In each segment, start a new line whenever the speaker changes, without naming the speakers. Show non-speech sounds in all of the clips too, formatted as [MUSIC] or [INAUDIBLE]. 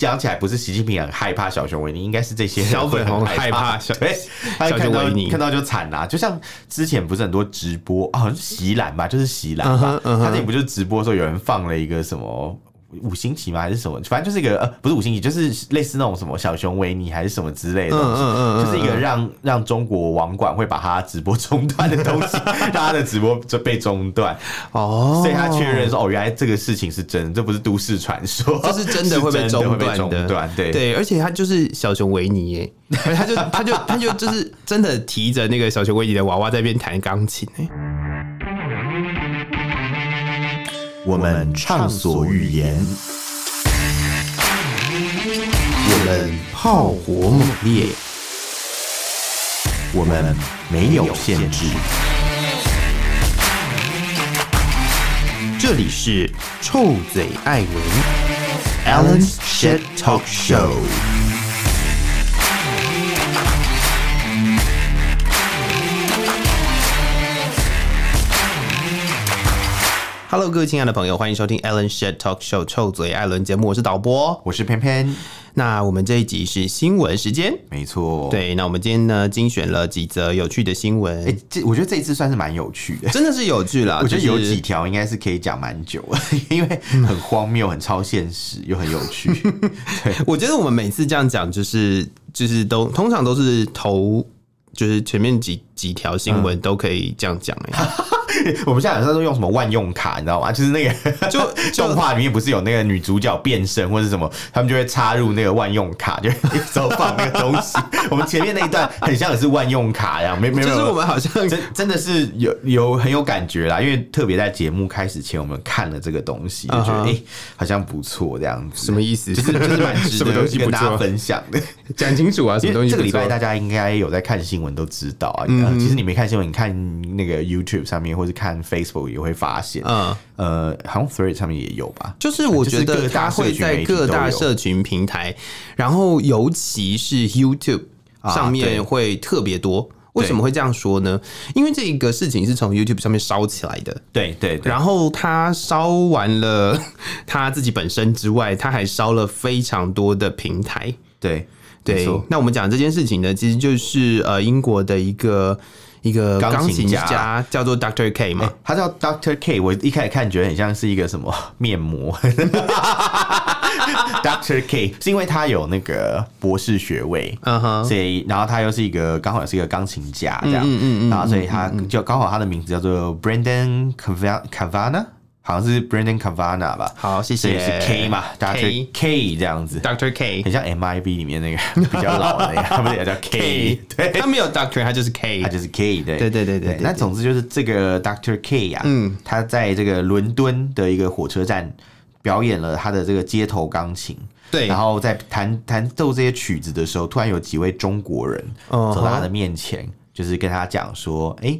讲起来不是习近平很害怕小熊维尼，应该是这些人
小粉红
会很害
害怕小
[LAUGHS] 对，他
小
看
熊
到
维尼
看到就惨啦、就像之前不是很多直播啊，好像是席兰吧，就是席兰
嗯
吧
哼，嗯哼
他那里不就是直播的时候有人放了一个什么？五星旗吗？还是什么？反正就是一个呃，不是五星旗，就是类似那种什么小熊维尼还是什么之类的东西，
嗯嗯嗯嗯
就是一个让让中国网管会把他直播中断的东西， [LAUGHS] 让他的直播就被中断。
哦，
所以他确认说：“哦，原来这个事情是真的，这不是都市传说，
这是真的会被中
中
断的，
断。”对
对，而且他就是小熊维尼耶，而且他就他就他就就是真的提着那个小熊维尼的娃娃在那边弹钢琴耶
我们畅所欲言，我们
炮火猛烈，
我们没有限制。
这里是臭嘴艾文 Alan's Shit Talk Show。Hello，各位亲爱的朋友，欢迎收听 Alan Shed Talk Show 臭嘴艾伦节目，我是导播。
我是偏偏，
那我们这一集是新闻时间，
没错。，
对，那我们今天呢精选了几则有趣的新闻，
哎，这我觉得这一次算是蛮有趣的。
真的是有趣啦，
[LAUGHS] 我觉得
就
有
是
几条应该啊是可以讲蛮久的， [LAUGHS] 因为很荒谬、很超现实又很有趣。
[LAUGHS] 我觉得我们每次这样讲，就是就是都通常都是头，就是前面几几条新闻都可以这样讲哎、
[LAUGHS] 我们现在好像都用什么万用卡，你知道吗？就是那个
就就
[LAUGHS] 动画里面不是有那个女主角变身或是什么，他们就会插入那个万用卡，就有时候放那个 [LAUGHS] 东西。我们前面那一段很像也是万用卡呀，没没有，
就是
没有
我们好像
真真的是有有很有感觉啦，因为特别在节目开始前，我们看了这个东西，就觉得哎、
嗯哼
诶好像不错这样子，
什么意思？
就是就是蛮值
[LAUGHS] 什么
得
东西
跟
不
大家
做？
分享的。
讲清楚啊，什
因为
么东西
这个
不嗯
礼拜
做？
大家应该有在看新闻，都知道啊、呃其实你没看新闻，你看那个 YouTube 上面或是看 Facebook 也会发现，
嗯
呃，好像 Thread 上面也有吧。
就是我觉
就是
得
各大
他会在各大社群平台，然后尤其是 YouTube
啊
上
对
面会特别多。为什么会这样说呢？因为这个事情是从 YouTube 上面烧起来的，
对对对，
然后他烧完了 [LAUGHS] 他自己本身之外，他还烧了非常多的平台。
对没
对
错，
那我们讲这件事情呢，其实就是呃英国的一个一个
钢
钢
琴
琴
家
家叫做 Doctor K 嘛
欸，他叫 Doctor K，我一开始看觉得很像是一个什么 [LAUGHS] 面膜。Doctor K 是因为他有那个博士学位，
嗯哼嗯
所以然后他又是一个刚好也是一个钢琴家这样，然后所以他就刚好他的名字叫做 Brandon Cava- Cavana，好像是 Brandon Cavana 吧，
好谢谢
所以是 K 嘛，Doctor K 这样子，
，Doctor K，
很像 MIB 里面那个比较老
[LAUGHS]
的那个，他们也叫 K，对， [LAUGHS]
他没有 Doctor，他就是 K，
他就是 K，对
对对对对对
那总之就是这个 Doctor K 呀、嗯，他在这个伦敦的一个火车站表演了他的这个街头钢琴。
对
然后在弹弹奏这些曲子的时候，突然有几位中国人
嗯哼
走到他的面前，就是跟他讲说：“哎、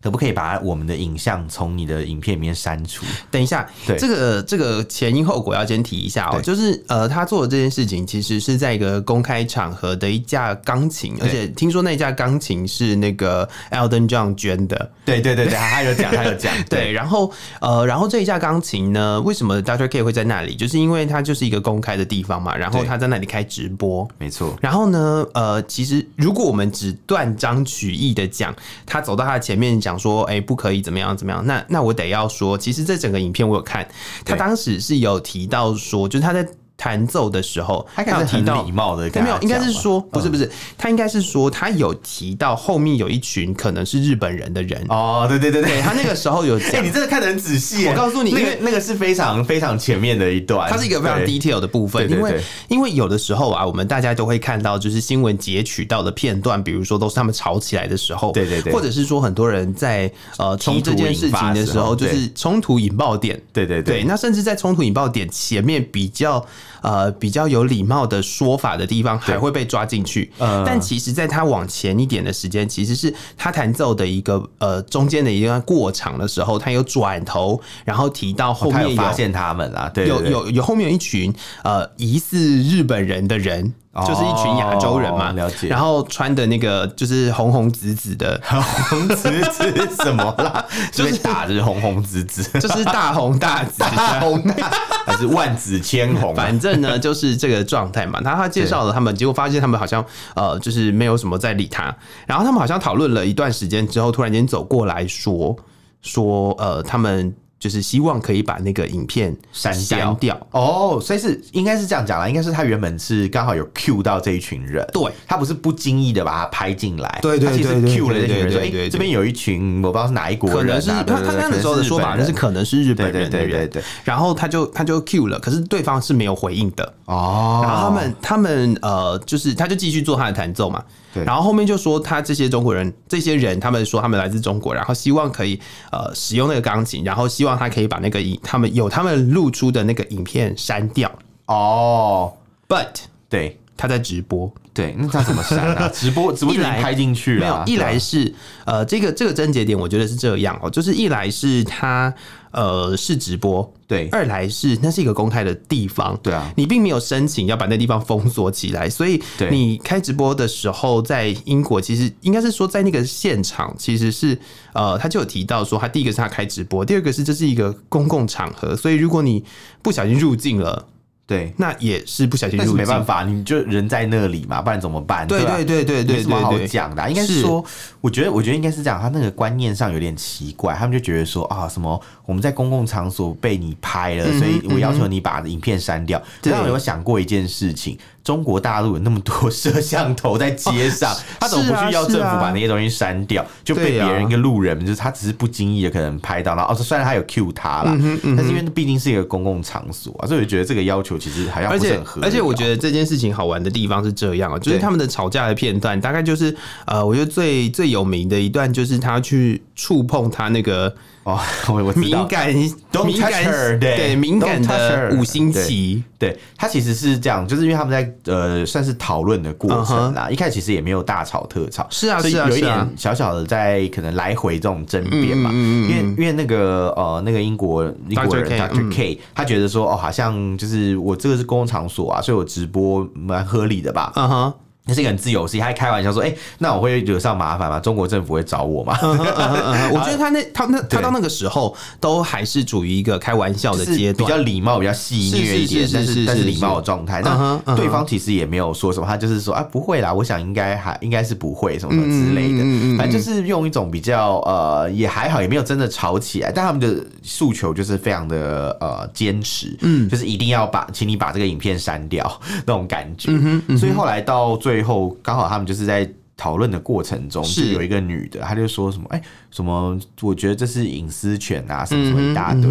可不可以把我们的影像从你的影片里面删
[LAUGHS]
除
等一下，
对
这个这个前因后果要先提一下哦，
对
就是呃，他做的这件事情其实是在一个公开场合的一架钢琴，而且听说那架钢琴是那个 Elton John 捐的，？”
对对对 [LAUGHS] 对，他有讲，他有讲，
对，然后呃，然后这一架钢琴呢，为什么 Dr. K 会在那里？就是因为它就是一个公开的地方嘛，然后
对
他在那里开直播。
没错。
然后呢，呃，其实如果我们只断章取义的讲，他走到他的前面讲说，哎、不可以怎么样怎么样，那那我得要说，其实这整个影片我有看，他
对
当时是有提到说，就是他在弹奏的时候，
他
他
可能
有提
很
到哎
礼貌的，
没有，应该是说不是不
是。
是，他应该是说他有提到后面有一群可能是日本人的人，
哦，对对对对
对，他那个时候有讲
哎、你真的看得很仔细耶。
我告诉你
那
因
个
为
那个是非常非常前面的一段，
它是一个非常
对
detail 的部分，
对对
因
对
为因为有的时候啊，我们大家都会看到，就是新闻截取到的片段，比如说都是他们吵起来的时候，
对对对
或者是说很多人在呃
冲
提
突
这件事
引发
情的
的时
时
候
候，就是冲突引爆点。
对对
对，那甚至在冲突引爆点前面比较呃比较有礼貌的说法的地方，还会被抓进去。
嗯
但其实，在他往前一点的时间，其实是他弹奏的一个呃中间的一段过场的时候，他有转头，然后提到后
哦他
面
有
有
发现他们啦，对
有
对对
有有后面有一群呃疑似日本人的人，
哦
就是一群亚洲人嘛，
了解，
然后穿的那个就是红红紫紫的
[LAUGHS] 红紫紫是什么
[LAUGHS]
啦？就是被打就是红红紫紫，
就是大红大紫
大红大还是万紫千红啊？
[LAUGHS] 反正呢就是这个状态嘛。然后他介绍了他们，结果发现他们好像呃，就是没有什么在理他。然后他们好像讨论了一段时间之后，突然间走过来说说呃，他们就是希望可以把那个影片
删掉
删掉。
哦，所以是应该是这样讲啦，应该是他原本是刚好有 Q 到这一群人，
对，
他不是不经意的把他拍进来，
对对
他其实
对对
Q 了这群人，
对对
说
对对
哎
对
这边有一群我不知道是哪一国
可
人
能
啊，
是他
对对
他
对
那
可
个
能
时候的说法，
日本人
就是可能是日本
对对
人的
对对
人，
对，
然后他就他就 Q 了，可是对方是没有回应的。
哦，
然后他们他们呃，就是他就继续做他的弹奏嘛。
对
然后后面就说他这些中国人，这些人他们说他们来自中国，然后希望可以呃使用那个钢琴，然后希望他可以把那个影他们有他们露出的那个影片删掉。
哦，
But
对
他在直播，
对，那他怎么删
[LAUGHS]
啊？直播直播就
一
已经
来
拍进去
没
了
有
啊，，
一
对啊
来是呃这个这个症结点，我觉得是这样哦、就是一来是他呃是直播，
对
二来是那是一个公开的地方，
对啊
你并没有申请要把那地方封锁起来，所以
对
你开直播的时候，在英国其实应该是说在那个现场其实是呃，他就有提到说，他第一个是他开直播，第二个是这是一个公共场合，所以如果你不小心入境了，
对，
那也是不小心
但
入
是
境，
没办法，你就人在那里嘛，不然怎么办？
对
吧
对对对对
没什么
对
好
对
讲的啊、应该是
是
说，我觉得，我觉得应该是这样，他那个观念上有点奇怪，他们就觉得说啊，什么我们在公共场所被你拍
嗯
了，所以我要求你把影片删掉。
对
但我有没有想过一件事情？中国大陆有那么多摄像头在街上，他怎么
是
不
啊
去要政
是
府
啊
把那些东西删掉，就被
对
别
啊
人一个路人，就是他只是不经意的可能拍到，然后哦，虽然他有 cue 他
嗯
啦，但是因为毕竟是一个公共场所啊，所以我觉得这个要求其实好像
而
不是
且
很合理啊、
而且我觉得这件事情好玩的地方是这样啊，就是
对
他们的吵架的片段，大概就是呃，我觉得最最有名的一段就是他去触碰他那个
哦， [LAUGHS] 我我知道
敏感
Don't
敏
touch
感
her，对
对敏感
Don't touch
的
her，
五星旗，
对他其实是这样，就是因为他们在呃算是讨论的过程啦一开始其实也没有大吵特吵，
嗯是啊
所以
是啊
有一
是啊嗯
点小小的在可能来回这种争辩嘛，因为因为那个呃那个英国英国人
Dr. K，嗯
Dr. K，、他觉得说哦好像就是我这个是公共场所啊，所以我直播蛮合理的吧，
嗯哼，
那是一个很自由的事情，他还开玩笑说，哎、那我会惹上麻烦吗？中国政府会找我吗？
[LAUGHS] 嗯哼嗯哼嗯哼我觉得他那他那他
啊对
到那个时候都还是处于一个开玩笑的
就是
阶
比
段
较。礼貌、比较戏谑一点，
是是是
但
是是
但是
是
礼貌的状态。
嗯哼
那
嗯哼
对方其实也没有说什么，他就是说啊，不会啦，我想应该还应该是不会什么什么之类
嗯嗯嗯嗯嗯
的。反正就是用一种比较呃，也还好，也没有真的吵起来，但他们的诉求就是非常的呃坚持，嗯，就是一定要把，请你把这个影片删掉那种感觉。
嗯
所以后来到最后，刚好他们就是在。讨论的过程中，就是有一个女的，她就说什么：“哎、什么？我觉得这是隐私权啊，什么
嗯
什么一大堆。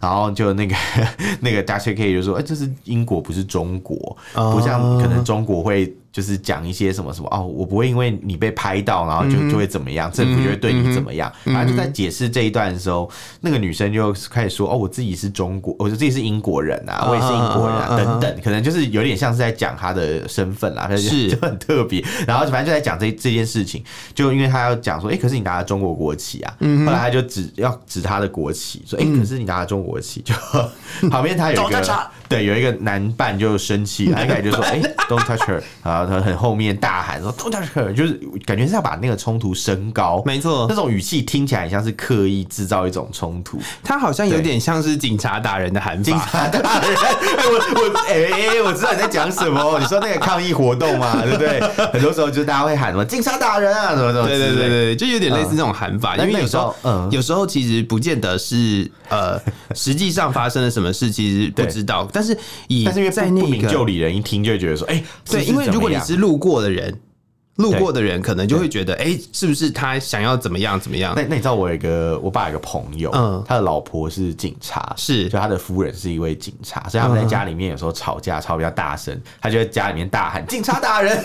然后就那个那个 Dr. K 就说：“哎、这是英国，不是中国，
哦
不像可能中国会就是讲一些什么什么哦，我不会因为你被拍到，然后就、就会怎么样，政府就会对你怎么样。反正就在解释这一段的时候，那个女生就开始说：‘哦，我自己是中国，我自己是英国人啊，我也是英国人啊，
啊啊啊啊
等等。’可能就是有点像是在讲她的身份啦，可
是
就很特别。然后反正就在讲这这件事情，就因为他要讲说：‘哎、可是你拿了中国国旗啊。’
嗯
后来他就指要指他的国旗，说：‘哎、可是你拿了中国国旗。’就 [LAUGHS] 旁边他有一
[LAUGHS] Don't touch
个
her
对有一个男伴就生
[LAUGHS]
气了，他感觉就说：“哎、d o n t touch her！” 然后他很后面大喊说：“Don't touch her！” 就是感觉是要把那个冲突升高，
没错
那，种语气听起来很像是刻意制造一种冲突。
他好像有点像是警察打人的喊
警察
法，
大人， [LAUGHS] 哎我我哎、我知道你在讲什么。你说那个抗议活动嘛，对不对？很多时候就是大家会喊什么“警察打人啊”什么什么之
对
类的，
对对对，就有点类似这种喊法，
嗯
因为有时候，
那你知道嗯
有时候其实不见得是
[LAUGHS]
呃，实际上发生了什么事，其实不
对
知道。但是以
但是因为不
在
不
那
明就
个
里人一听就会觉得说：“哎、是
对，
不是
因为
怎么
如果你
样
是路过的人，路过的人可能就会觉得，哎，是不是他想要怎么样怎么样？
那那你知道我有一个我爸有个朋友，
嗯
他的老婆是警察，
是
就他的夫人是一位警察，所以他们在家里面有时候吵架吵比较大声，他就在家里面大喊“警察打人，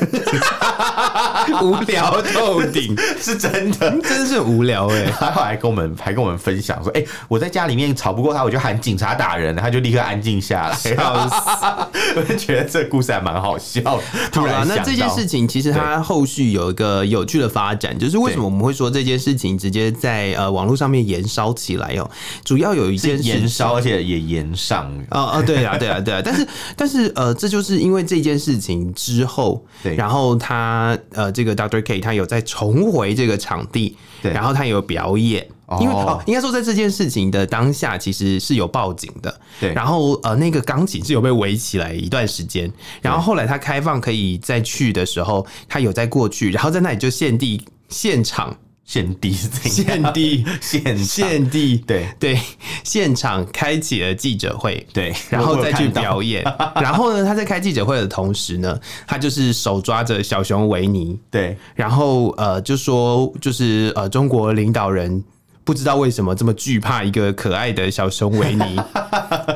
无聊透顶，”
是真的。
[LAUGHS] 真是无聊哎、
他后来跟我们还跟我们分享说：“哎、我在家里面吵不过他，我就喊警察打人，他就立刻安静下来。
笑死！”
[LAUGHS] 我就觉得这故事还蛮好笑的。 [LAUGHS] 突
[LAUGHS] 好
然
啦，
想到，
那这件事情其实它后续有一个有趣的发展，就是为什么我们会说这件事情直接在呃网络上面延烧起来哦？主要有一件
是
事情
延烧，而且也延上。
哦哦，对啊，对啊，对啊，但是但是呃，这就是因为这件事情之后，
对
然后他呃，这个 Doctor K 他有在重回这个场地，
对
然后他有表演，因为哦
哦，
应该说在这件事情的当下，其实是有报警的。
对
然后呃，那个钢琴是有被围起来一段时间，然后后来他开放可以再去的时候，他有再过去，然后在那里就现地现场
献地是怎样？
现地
[LAUGHS] 献献
现地
对
对现场开启了记者会，
对，
[LAUGHS] 然
我
后
有
再去
看到
表演。 [LAUGHS] 然后呢，他在开记者会的同时呢，他就是手抓着小熊维尼，
对
然后呃，就说就是呃，中国领导人不知道为什么这么惧怕一个可爱的小熊维
[LAUGHS]
尼，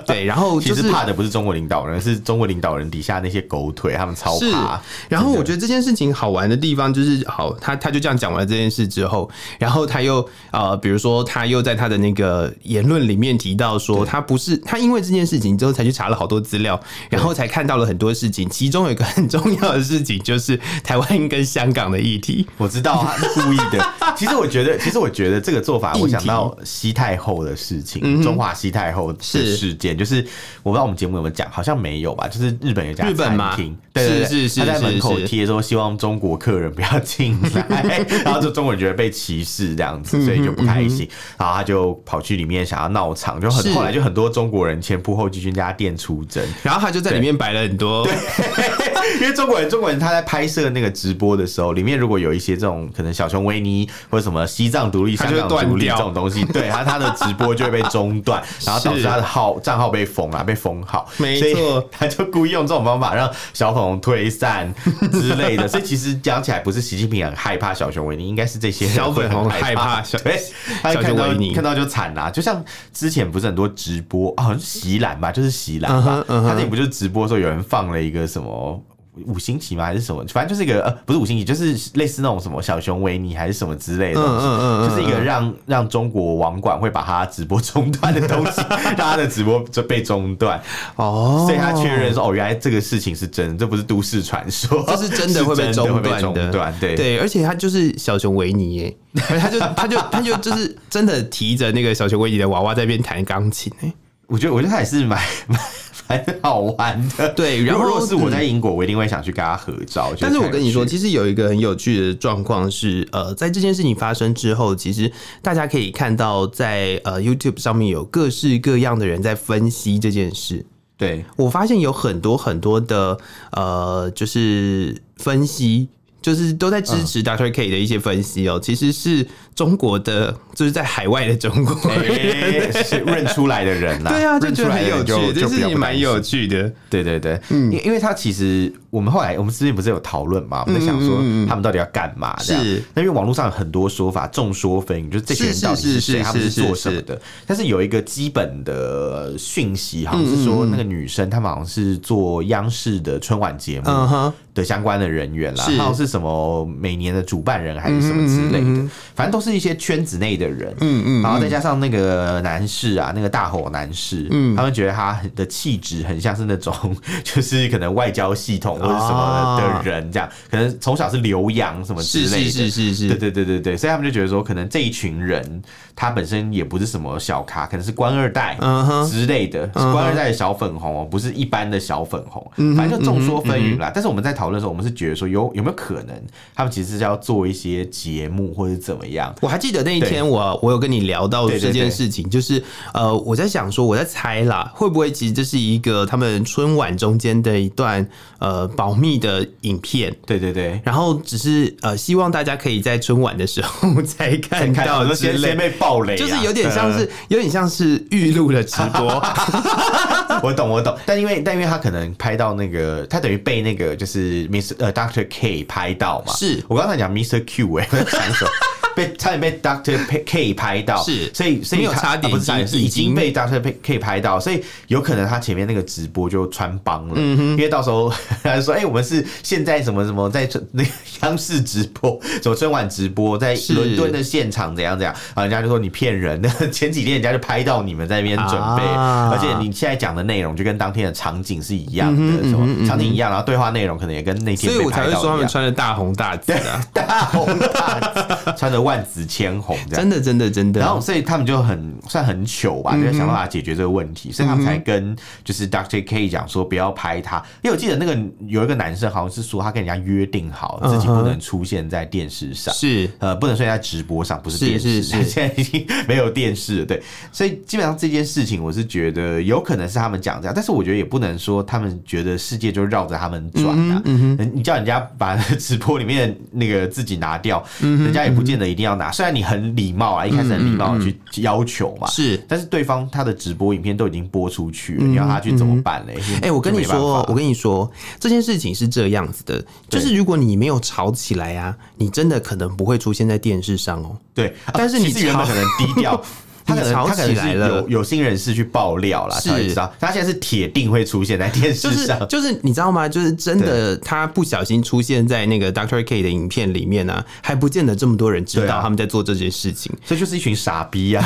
对，然后
其
就是
实怕的不是中国领导人，是中国领导人底下那些狗腿，他们超
是
怕。，
然后我觉得这件事情好玩的地方就是，好，他他就这样讲完这件事之后，然后他又呃，比如说他又在他的那个言论里面提到说，他不是他因为这件事情之后才去查了好多资料，然后才看到了很多事情，其中有一个很重要的事情就是台湾跟香港的议题，
我知道他是故意的。
[LAUGHS]
其实我觉得，其实我觉得这个做法，
硬
我想
提
到西太后的事情，中华西太后的
是
事件，就是我不知道我们节目有没有讲，好像没有吧？就是日本有一家
日本嘛
餐厅，对对对，
是是
他在
是
门口
是
贴说希望中国客人不要进
[LAUGHS]
来，然后就中国人觉得被歧视这
嗯
样子，所以就不开心，然后他就跑去里面想要闹场，就很
是
后来就很多中国人前仆后继去那家店出征，
然后他就在里面摆了很多， [LAUGHS]
因为中国人，中国人他在拍摄那个直播的时候，里面如果有一些这种可能小熊维尼或者什么西藏独立、
他
香
就会
港独
断
立
掉
这种东西，
[LAUGHS]
对他他的直播就会被中断，然后导致
是
他的号账号被封了，被封号，
没
所以
错
他就故意用这种方法让小粉红退散之类的。所以其实讲起来，不是习近平很害怕小熊维尼，应该是这些人
小粉红
会很
害
害
怕小
[LAUGHS] 对，他
小
看
熊
到
维尼
看到就惨啦。就像之前不是很多直播啊，好像是席兰吧，就是席兰
嗯
吧
哼，嗯哼
他那不就直播的时候有人放了一个什么？五星旗吗？还是什么？反正就是一个呃，不是五星旗，就是类似那种什么小熊维尼还是什么之类的东西，
嗯嗯嗯嗯
就是一个让让中国网管会把他直播中断的东
[LAUGHS]
西，让他的直播就被中断，
哦
所以他确认说哦，原来这个事情是真的，这不是都市传说，
哦这是真的会被
中
中断的，
断，对
对，而且他就是小熊维尼耶，而且他就他就他就就是真的提着那个小熊维尼的娃娃在那边弹钢琴耶，
我觉得，我觉得他也是蛮 [LAUGHS] 蛮蛮好玩的。
对
如果
然后嗯
如果是我在英国，我一定会想去跟他合照。觉得
但是我
太有
跟你说，
趣
其实有一个很有趣的状况是，呃，在这件事情发生之后，其实大家可以看到在，呃 YouTube 上面有各式各样的人在分析这件事。
对
我发现有很多很多的呃，就是分析，就是都在
嗯
支持 Doctor K 的一些分析哦、其实是中国的，就是在海外的
[LAUGHS]
中国人。
哎是认出来的人啦，
对啊，就
认
觉
出来
得很
的
有
人
趣
就，就
这件
比较
事情
不担
蛮
心
有嗯趣的。
对对对，因、因为他其实我们后来我们之前不是有讨论嘛，
嗯
我们在想说他们到底要干嘛这样。
是
那因为网络上有很多说法，众说纷纭，就是这些人
是
到底
是是
谁，
是
他们是
是
做
是
什么的。但是有一个基本的讯息，好像是
嗯
说那个女生，她们好像是做央视的春晚节目
嗯哼
的相关的人员啦，
是
好像是什么每年的主办人还是什么之类的，反正都是一些圈子内的人。嗯嗯，然后再加上那个男士啊，那个大吼男士，嗯，他们觉得他的气质很像是那种 [LAUGHS] 就是可能外交系统或者什么的人这样，可能从小是留洋什么之
是
类的。
是是是
对
是，
对对对对，所以他们就觉得说，可能这一群人他本身也不是什么小咖，可能是官二代
嗯哼嗯
之类的，是官二代的小粉红哦，不是一般的小粉红，反正就众说纷纭啦。但是我们在讨论的时候，我们是觉得说有有没有可能，他们其实是要做一些节目或者怎么样？
我还记得那一天我我有跟你聊到
对对
这件
对
事情，就是呃，我在想说，我在猜啦，会不会其实这是一个他们春晚中间的一段呃保密的影片，
对对对。
然后只是呃，希望大家可以在春晚的时候 [LAUGHS] 才看
看
到
我说
之
先先
类，呃
被暴雷啊，
就是有点
[LAUGHS]
像是有点像是预录了直播，
嗯我懂，我懂。但因为但因为他可能拍到那个，他等于被那个就是 Miss 呃 Doctor K 拍到嘛。
[LAUGHS] [LAUGHS] 是
我刚才讲 Mr Q 哎、欸，想
[LAUGHS]
什么？被差点被 Doctor K 拍到，
是
所以所以
没有
他
差点
啊不是差点
已
是
经
已经被 Doctor K 拍到，所以有可能他前面那个直播就穿帮了，
嗯
因为到时候 [LAUGHS] 他就说，哎、我们是现在什么什么在春那个 [LAUGHS] 央视直播，什么春晚直播，在
是
伦敦的现场怎样怎样，然后人家就说你骗人， [LAUGHS] 前几天人家就拍到你们在那边准备，
啊嗯
而且你。你现在讲的内容就跟当天的场景是一样的，什么场景一样，然后对话内容可能也跟那天
所以
被
我
拍
才会
到
说他
一
们
样。
穿的大红大紫啊。
大红大紫，穿着得万紫千红这样。
真的嗯真的真的。
然后，所以他们就很算很糗吧，就在想办法解决这个问题，所以他
嗯
们才跟就是 Doctor K 讲说不要拍他，因为我记得那个有一个男生好像是说他跟人家约定好自己
嗯
不能出现在电视上。
是
呃，不能说在直播上，不是电视，
是是是
[LAUGHS] 现在已经没有电视了，对，所以基本上这件事情，我是觉得有可能是他们讲这样，但是我觉得也不能说他们觉得世界就绕着他们转啊，嗯你叫人家把 [LAUGHS] 直播里面那个自己拿掉，
嗯
人家也不见得一定要拿，虽然你很礼貌啊，一开始很礼貌地去要求嘛，
嗯是。嗯
但是对方他的直播影片都已经播出去了，你要他去怎么办嘞？
哎、我跟你
就没办
说
法，
我跟你说，这件事情是这样子的，就是如果你没有吵起来啊，你真的可能不会出现在电视上哦。
对，
但是
啊
你
其实原本
吵
可能低
[LAUGHS]
调。他可能
你吵
他可能
起来
是
了
有有心人士去爆料啦，
是
才会知道。他现在是铁定会出现在电
就
视
是 [LAUGHS]
上，
就是，你知道吗？就是真的，他不小心出现在那个 Doctor K 的影片里面呢、啊，还不见得这么多人知
对啊
道他们在做这件事情。
所以就是一群傻逼 [LAUGHS] 啊！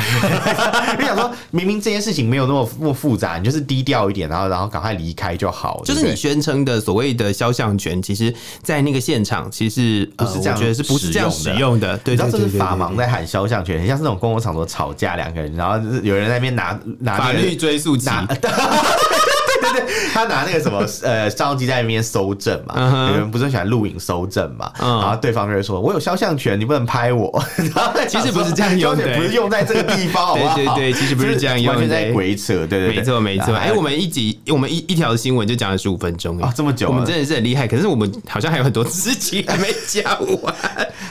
你想说，明明这件事情没有那么那么复杂，你就是低调一点，然后然后赶快离开就好了。
就是
对
你
不对
宣称的所谓的肖像权，其实，在那个现场，其实呃，
不是
我
这样
觉得是不是这样
使
使
用的
用的？对，
你知道这
对
是
对对
法
对
盲
对
在喊肖像权，很像是那种公共场所吵架两个人，然后就是有人在那边拿拿
法
那个
律追溯期，
拿。对对对， [LAUGHS] 他拿那个什
[LAUGHS]
么呃，照相机在那边搜证嘛
嗯哼
有人不是很喜欢录影搜证嘛
嗯
然后对方就会说：“我有肖像权，你不能拍我。” [LAUGHS] 然后
其实不是这样用的
肖像权不是用在这个地方，好不好？
对对对其实不是这样用的
完全在鬼扯，对对对，
没错没错。
啊
哎，我们一集我们一一条新闻就讲了十五分钟
啊
哎，
这么久
我
了
们，真的是很厉害。可是我们好像还有很多事情还没讲完。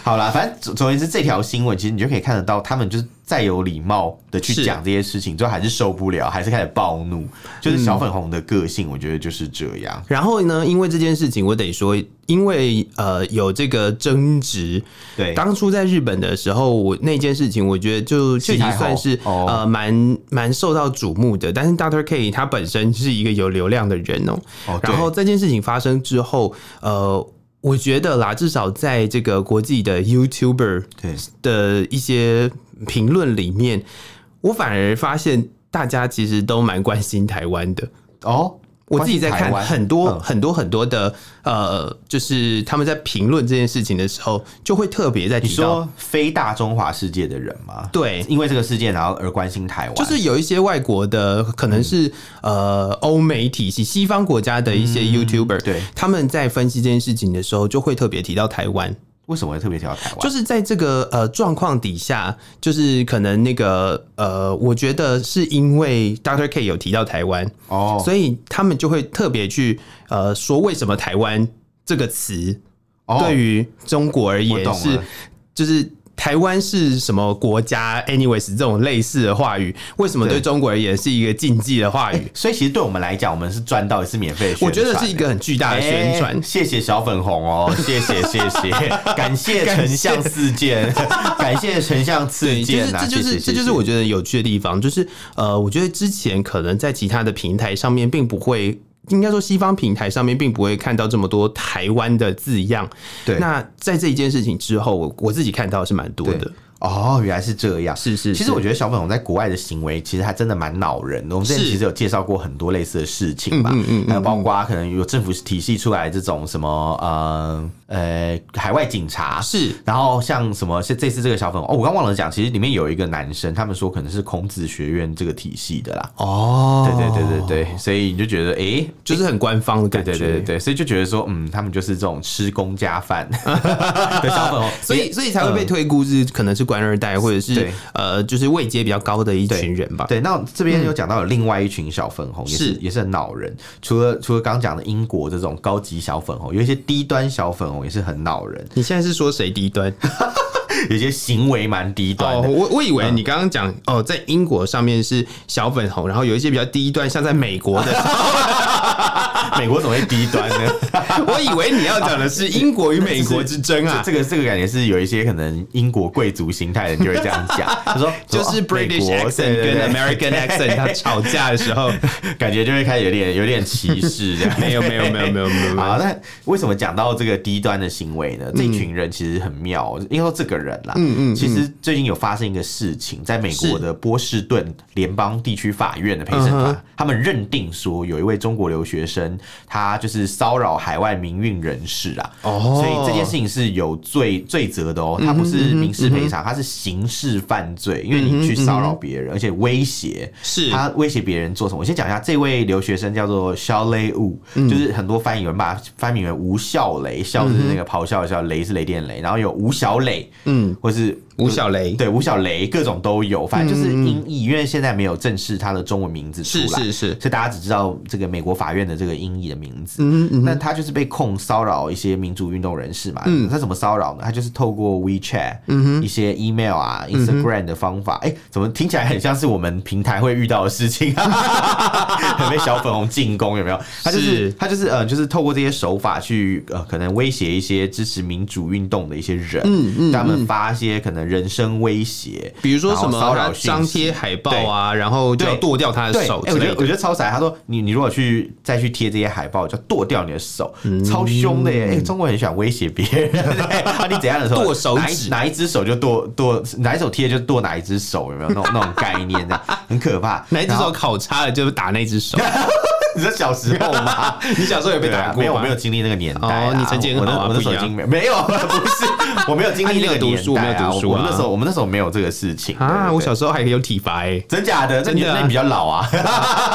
好啦，反正总总而言之，这条新闻其实你就可以看得到，他们就是再有礼貌的去
是
讲这些事情，最后还是受不了，还是开始暴怒。就是小粉红的个性，我觉得就是这样。
然后呢，因为这件事情，我得说，因为呃有这个争执，
对，
当初在日本的时候，我那件事情，我觉得就就已经算是
戏台后哦
呃蛮蛮受到瞩目的。但是 Doctor K 他本身是一个有流量的人哦、
哦对
然后这件事情发生之后，呃。我觉得啦，至少在这个国际的 YouTuber
对
的一些评论里面，我反而发现大家其实都蛮关心台湾的。
哦，
我自己在
关
看
心台湾
很多、
嗯
很多很多的呃，就是他们在评论这件事情的时候，就会特别在
你
提到
说非大中华世界的人吗？
对，
因为这个事件，然后而关心台湾，
就是有一些外国的，可能是、呃欧美体系、西方国家的一些 YouTuber，、
嗯对
他们在分析这件事情的时候，就会特别提到台湾，
为什么会特别提到台湾？
就是在这个呃状况底下，就是可能那个呃，我觉得是因为 Doctor K 有提到台湾，
哦，
所以他们就会特别去呃说为什么台湾这个词
哦
对于中国而
我
言
懂了
是，就是台湾是什么国家？anyways，这种类似的话语，为什么
对
对中国而言是一个禁忌的话语？
所以其实对我们来讲，我们是赚到一次免费的宣
我
传
觉
欸。
得是一个很巨大的宣传
哎。谢谢小粉红哦，
[LAUGHS]
谢谢谢谢，感谢丞相四件， [LAUGHS] 感谢丞相四
对，就
件
是
啊，
这就是
谢谢
这就是
谢谢
我觉得有趣的地方，就是呃，我觉得之前可能在其他的平台上面并不会，应该说西方平台上面并不会看到这么多台湾的字样。
对
那在这一件事情之后，我我自己看到是蛮多的
对。哦，原来是这样。
是是，
其实
是
我觉得小粉红在国外的行为，其实还真的蛮恼人的。我们之前
是嗯
其实有介绍过很多类似的事情吧，还有包括可能有政府体系出来这种什么呃呃海外警察
是
然后像什么，像这次这个小粉红哦，我刚忘了讲，其实里面有一个男生，他们说可能是孔子学院这个体系的啦。
哦
对对对对对，所以你就觉得，诶，
就是很官方的
对
感觉。
哎对对对对，所以就觉得说，嗯，他们就是这种吃公家
[LAUGHS]
饭的小粉红，
哦所以所以才会被推估是可能是官二代，或者是
对
呃，就是位阶比较高的一群人吧。
对，那这边有讲到有另外一群小粉红，也是
是
也是很恼人。除了除了刚讲的英国这种高级小粉红，有一些低端小粉红也是很恼人， [LAUGHS]
你现在是说谁低端？
有一些行为蛮低端的。
哦我我以为你刚刚讲哦，在英国上面是小粉红，然后有一些比较低端，像在美国 [LAUGHS] 的，
[LAUGHS] 美国怎么会低端
[LAUGHS]
呢？
我以为你要讲的是英国与美国之争啊
这。这个这个感觉是有一些可能英国贵族心态的人就会这样讲，他说
就
说
是
哦美
British
国
accent
对对对
跟 American accent，他吵架的时 [LAUGHS] 候，
感觉就会开始有点有点歧视这样。
[LAUGHS] 没有没有没有没有没有没有，
好，那为什么讲到这个低端的行为呢？这群人其实很妙，哦应该说这个人啦，嗯嗯嗯，其实最近有发生一个事情，在美国
是
嗯的波士顿联邦地区法院的陪审团，他们认定说有一位中国留学生他就是骚扰海外民运人士啊，
哦
所以这件事情是有罪罪责的哦，他不是民事赔偿，他是刑事犯罪，因为你去骚扰别人，而且威胁，
是
他威胁别人做什么？我先讲一下，这位留学生叫做肖雷武，
嗯
就是很多翻译员把他翻译为吴笑雷，笑是那个
嗯
咆哮的笑，雷是雷电雷，然后有吴小磊，嗯，或是
吴小雷，
对吴小雷各种都有，反正就是音译，因为现在没有正式他的中文名字出
是
来，
是是，
所以大家只知道这个美国法院的这个音译的名字。
嗯
那他就是被控骚扰一些民主运动人士嘛。
嗯
他怎么骚扰呢？他就是透过 WeChat、一些 email 啊、Instagram
嗯
的方法。哎、怎么听起来很像是我们平台会遇到的事情？啊
[LAUGHS]
很被小粉红进攻，有没有？他就是是他就是呃，就是透过这些手法去呃，可能威胁一些支持民主运动的一些人，他们发一些可能人身威胁，
嗯比如说
然后
什么
骚扰
他
讯息
张贴海报啊，然后就要
对
剁掉他的
对，
手
哎
之
我觉
类
得我
的。
觉得超傻。他说你你如果去再去贴这些海报，就剁掉你的手，
嗯
超凶的耶！哎、中国人很喜欢威胁别人， [LAUGHS] 对啊，你怎样的时候
剁手
哪
指
一哪一只手就剁剁，哪一手贴就剁哪一只手，有没有那种那种概念
[LAUGHS]
的，很可怕。
哪一只
然后
手？烤叉了就打那
[LAUGHS]
只手？
你说小时候吗？
你小时候 [LAUGHS] 有被打
对啊
过吗
没有，我没有经历那个年代啊。
哦你成绩很
我那
好啊
我那时
不
候
一
已
样
经没有没有， [LAUGHS] 不是，我没有经
[LAUGHS] 啊你
历那
没
个
有读
年
书
代
没有
啊。
读
我
书
我们
啊
那时候我们那时候没有这个事情对对
啊，
对
我小时候还有体罚哎， [LAUGHS]
真假的，那你
真的啊
那你比较老啊。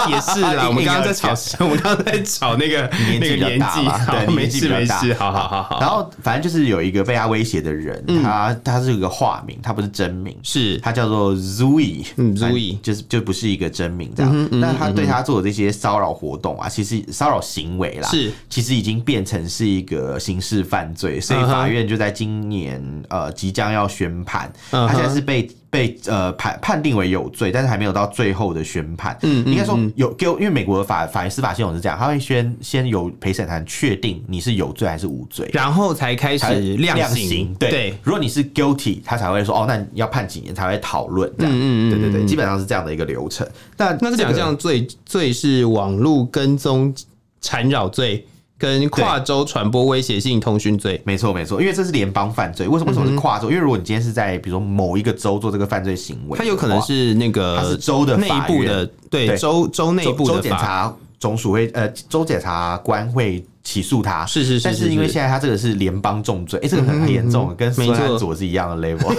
也是 [LAUGHS] 啦。我们刚刚在吵，我们刚刚在吵那个
年
那个
纪比较
年纪，
大吧
好
对，
没
年纪
事
比较
没
大
事，好好好好。嗯
然后反正就是有一个被他威胁的人，他他是有一个化名，他不是真名，
是
他叫做 Zui，
嗯
反正
Zui 嗯
就是就不是一个真名这样。那他对他做的这些骚扰活动啊，其实骚扰行为啦，
是
其实已经变成是一个刑事犯罪，所以
嗯哼
法院就在今年呃即将要宣判，
嗯
他
哼
现在是被。被呃判判定为有罪，但是还没有到最后的宣判。嗯，应该说有给我，因为美国的法法司法系统是这样，他会先先由陪审团确定你是有罪还是无罪，
然后才开
才
始量刑，
对，如果你是 guilty，他才会说哦，那你要判几年才会讨论这样。嗯嗯对对对，基本上是这样的一个流程。但
那这
个
两项罪罪是网络跟踪缠扰罪跟跨州传播威胁性通讯罪。
没错没错，因为这是联邦犯罪，为什么为什
嗯
么是跨州？因为如果你今天是在比如说某一个州做这个犯罪行为的话，
它有可能是那个
它是州的
内
法
部
院
的，对
对
州州内
州
部
州
的
检
法，
察总署会呃州检察官会起诉他。
是是是
但
是
是因为
是
现在他这个是联邦重罪，哎、这个很很严重，跟
没
孙
错
安佐是一样的
[LAUGHS]
level。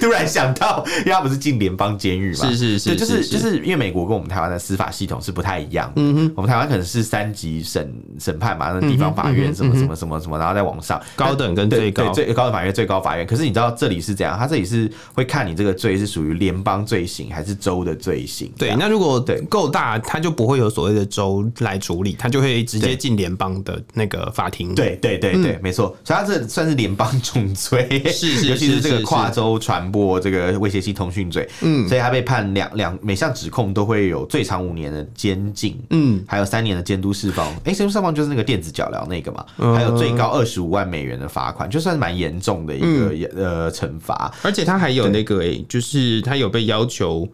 突然想到，因为他不是进联邦监狱嘛，
是是是
对，就是
是嗯
就是因为美国跟我们台湾的司法系统是不太一样的。我们台湾可能是三级审审判嘛，那地方法院什
嗯
么什么什么什么，然后再往上
高等跟
对
最高
对最高等法院、最高法院。可是你知道这里是这样，他这里是会看你这个罪是属于联邦罪行还是州的罪行。这
对，
样
那如果
对
够大，它就不会有所谓的州来处理，它就会直接
对
进联邦的那个法庭。，
对对对对，没错，所以它这算是联邦重罪，
嗯是是
[LAUGHS] 尤其
是
是这个
是
跨州传播这个威胁性通讯罪，嗯，所以他被判两两每项指控都会有最长五年的监禁，嗯，还有三年的监督释放，哎、监督释放就是那个电子脚镣那个嘛，
嗯
还有最高二十五万美元的罚款，就算是蛮严重的一个、
嗯
呃惩罚，
而且它还有那个诶、就是它有被要求，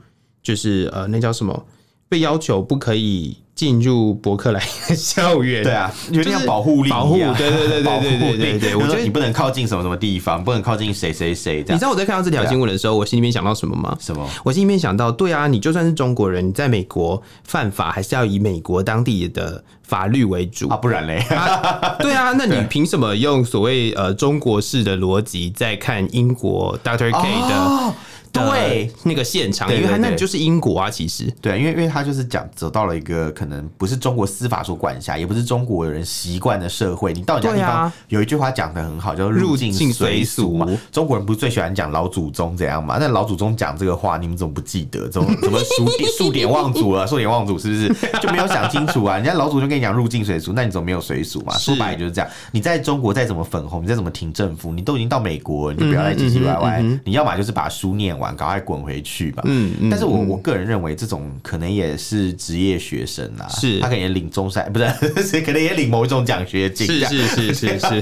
就是呃，那叫什么？被要求不可以进入伯克莱校园。
对啊，有点
就是
像保护令一样，
保护对对对
[LAUGHS]
对对
保护令
对对对我
就是
觉
说
得
你不能靠近什么什么地方，不能靠近谁谁谁这
你
样，
知道我在看到这条新闻的时候，我心里面想到什么吗？
什么？
我心里面想到，对啊，你就算是中国人，你在美国犯法，还是要以美国当地的法律为主
啊，。不然
[LAUGHS]
嘞，
啊对啊，那你凭什么用所谓呃中国式的逻辑在看英国 Doctor K 的、
哦
的
对，
那个现场？
对
因为他
对对
那就是英国啊，其实
对，因为因为他就是讲走到了一个可能不是中国司法所管辖，也不是中国人习惯的社会。你到人家地
对
方，
啊
有一句话讲的很好，叫“
入
入境
境
随
随
俗”嘛
俗。
中国人不是最喜欢讲老祖宗怎样嘛？那老祖宗讲这个话，你们怎么不记得？怎么怎么数典数典忘祖啊了？数典忘祖是不是就没有想清楚啊？人家老祖宗跟你讲入境随俗，那你怎么没有随俗嘛？
是
说白了就是这样。你在中国再怎么粉红，你再怎么挺政府，你都已经到美国了，你就不要再唧唧歪歪。你要么就是把书念完，赶快滚回去吧。
嗯嗯
但是我我个人认为，这种可能也是职业学生啊，
是
他可能也领中山，不是， [LAUGHS] 是可能也领某一种奖学金，
是是是
[LAUGHS]
是是，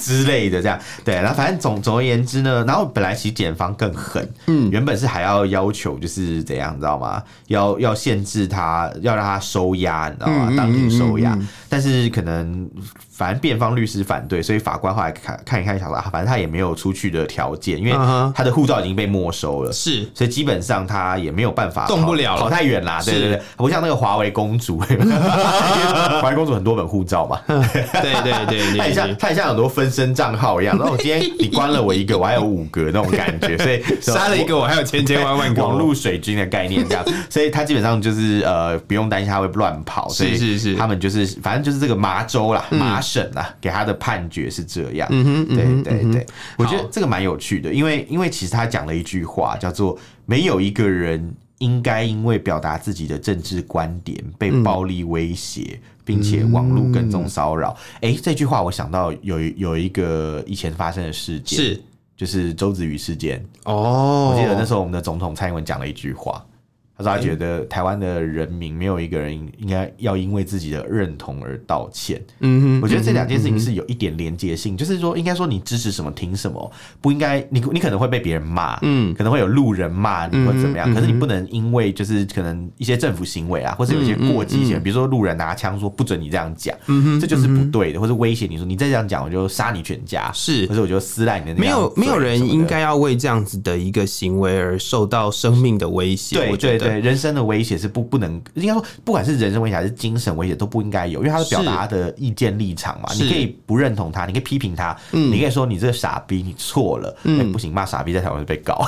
之类的，这样对。然后反正总总而言之呢，然后本来其实检方更狠，嗯，原本是还要要求就是怎样，你知道吗？要要限制他，要让他收押，你知道
嗯
吗？当庭收押，但是可能反正辩方律师反对，所以法官后来看看一看，想说啊，反正他也没有出去的条件，因为
嗯哼
他的护照已经被没收球了，
是
所以基本上他也没有办法
动
跑
不了了
跑太远啦。对
是
对对，不像那个华为公主， [LAUGHS] 因为华为公主很多本护照嘛，
对对 [LAUGHS] 对
它也
对
像
对，
它也像很多分身账号一样。然后我今天
[LAUGHS]
你关了我一个，我还有五个那种感觉，所以
杀了一个我还有千千万万个
网络水军的概念
[LAUGHS]
这样，所以他基本上就是呃不用担心他会乱跑，所以
是嗯是
他们就是反正就是这个麻州啦、麻省啦给他的判决是这样，
哼嗯
对
哼
对对，我觉得
好
这个蛮有趣的，因为因为其实他讲了一句话叫做没有一个人。应该因为表达自己的政治观点被暴力威胁，并且网络跟踪骚扰。诶，这句话我想到有一有一个以前发生的事件，
是
就是周子瑜事件。
哦，
我记得那时候我们的总统蔡英文讲了一句话，他说他觉得台湾的人民没有一个人应该要因为自己的认同而道歉。
嗯哼，
我觉得这两件事情是有一点连结性，就是说，应该说你支持什么挺什么，不应该你你可能会被别人骂，嗯，可能会有路人骂你或者怎么
嗯
样，可是你不能因为就是可能一些政府行为啊，或者有一些
嗯
过激行为，比如说路人拿枪说不准你这样讲，这就是不对的，或者威胁你说你再这样讲我就杀你全家，
嗯是
或者我就撕烂你的那张
没有
嘴
没有人
什么的
应该要为这样子的一个行为而受到生命的威胁，
对
我觉
对
得
对，人生的威胁是不不能，应该说不管是人身威胁还是精神威胁都不应该有，因为他是表达的意见立场嘛，
是嗯
你可以不认同他，你可以批评他，你可以说你这个傻逼，你错了，
嗯
哎不行，骂傻逼在台湾是被
[LAUGHS]
告，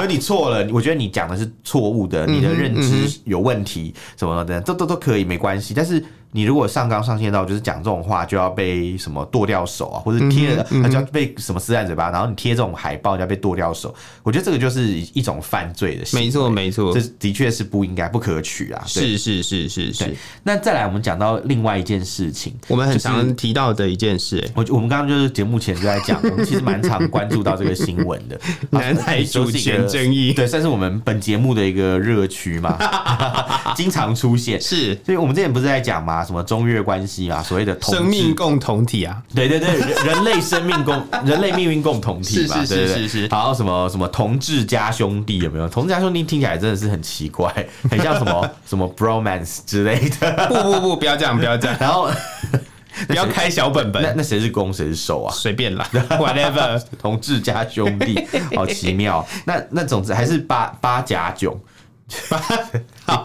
而你错了，我觉得你讲的是错误
嗯
的，你的认知有问题，什么的，这都都可以没关系，但是。你如果上纲上线到就是讲这种话，就要被什么剁掉手啊，或者贴，
嗯
那就要被什么撕烂嘴巴，然后你贴这种海报就要被剁掉手。我觉得这个就是一种犯罪的行为
没错没错
这，的确是不应该、不可取啊。对
是是是是是
对，。那再来，我们讲到另外一件事情，
我们很
就是
常提到的一件事、欸，
我我们刚刚就是节目前就在讲，我们其实蛮常关注到这个新闻
[LAUGHS]
的，
南
啊
海哎主权争议
对，算是我们本节目的一个热区
[LAUGHS]
嘛，经常出现。
是
所以我们之前不是在讲嘛，什么中越关系啊，所谓的同
生
志
命共同体
[LAUGHS]
啊，
对对对，人人类生命共 [LAUGHS] 人类命运共同体嘛，
是是
对
是
对对
是是
然后什么什么同志加兄弟有没有？同志加兄弟听起来真的是很奇怪， [LAUGHS] 很像什么什么 bromance 之类的。 [LAUGHS]
不不不，不要这样，不要这样，
然后
不要开小本
那
本，
那谁是攻谁是受啊？[LAUGHS]
随便啦，whatever，
同志加兄
[LAUGHS]
弟，好奇妙。那那总之还是八八甲囧。 [LAUGHS]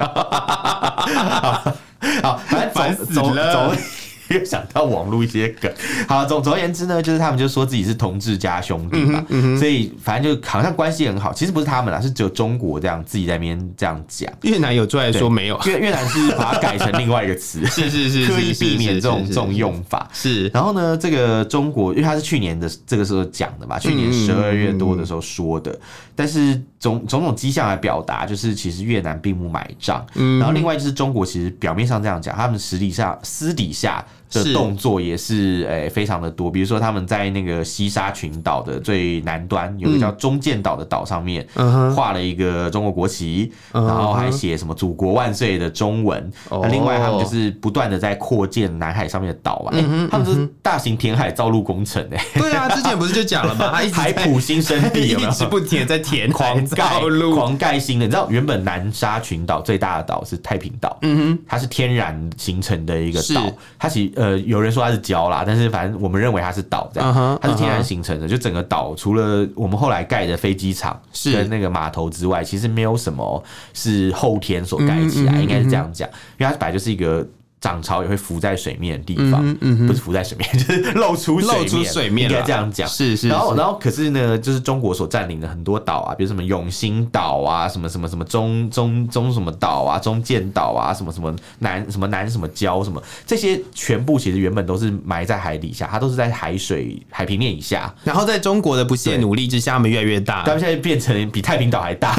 好，反正
烦
总
死
总
了
总。 [LAUGHS] 越想到网络一些梗，好，总总而言之呢，就是他们就说自己是同志加兄弟
嗯
嘛，所以反正就好像关系很好。其实不是他们啦，是只有中国这样自己在那边这样讲。
越南有出来说没有，
越越南是把它改成另外一个
[LAUGHS]
词，
是是是，
刻意
是是
避免
是
这种
是
这种用法。
是
然后呢，这个中国，因为他是去年的这个时候讲的嘛，去
嗯
年十二月多的时候说的，但是种种种迹象来表达，就是其实越南并不买账。
嗯
然后另外就是中国其实表面上这样讲，他们实际上私底下
是
的动作也是诶、非常的多，比如说他们在那个西沙群岛的最南端有个叫中间岛的岛上面、
嗯哼
画了一个中国国旗，
嗯
然后还
哼
写什么“祖国万岁”的中文。
哦
那另外他们就是不断的在扩建南海上面的岛嘛，
嗯
欸他们是大型填海造陆工程哎、欸
对啊，之前不是就讲了
[LAUGHS]
吗？他一直
海
在
普新生
[LAUGHS]
地有没有
一？直不停地在填
狂 [LAUGHS]
海
盖
造路，
狂盖新的，你知道原本南沙群岛最大的岛是太平岛，嗯哼，它是天然形成的一个岛
是，
它其实呃有人说它是礁啦，但是反正我们认为它是岛这样
嗯哼
它是天
嗯
然
哼
形成的，就整个岛除了我们后来盖的飞机场
是
跟那个码头之外，其实没有什么是后天所盖起
嗯
来，应该是这样讲，因为它本来就是一个。涨潮也会浮在水面的地方，
嗯
不是浮在水面， [LAUGHS] 就是露出水面啊
露出水面
应该
啦
这样讲。
是是
然后，
是
然后可是呢，就是中国所占领的很多岛啊，比如什么永兴岛啊，什么什么什么中中中什么岛啊，中建岛啊，什么什么南什么南什么礁什么，这些全部其实原本都是埋在海底下，它都是在海水海平面以下。
然后在中国的不懈努力之下，他们越来越大
他。们现在变成比太平岛还大，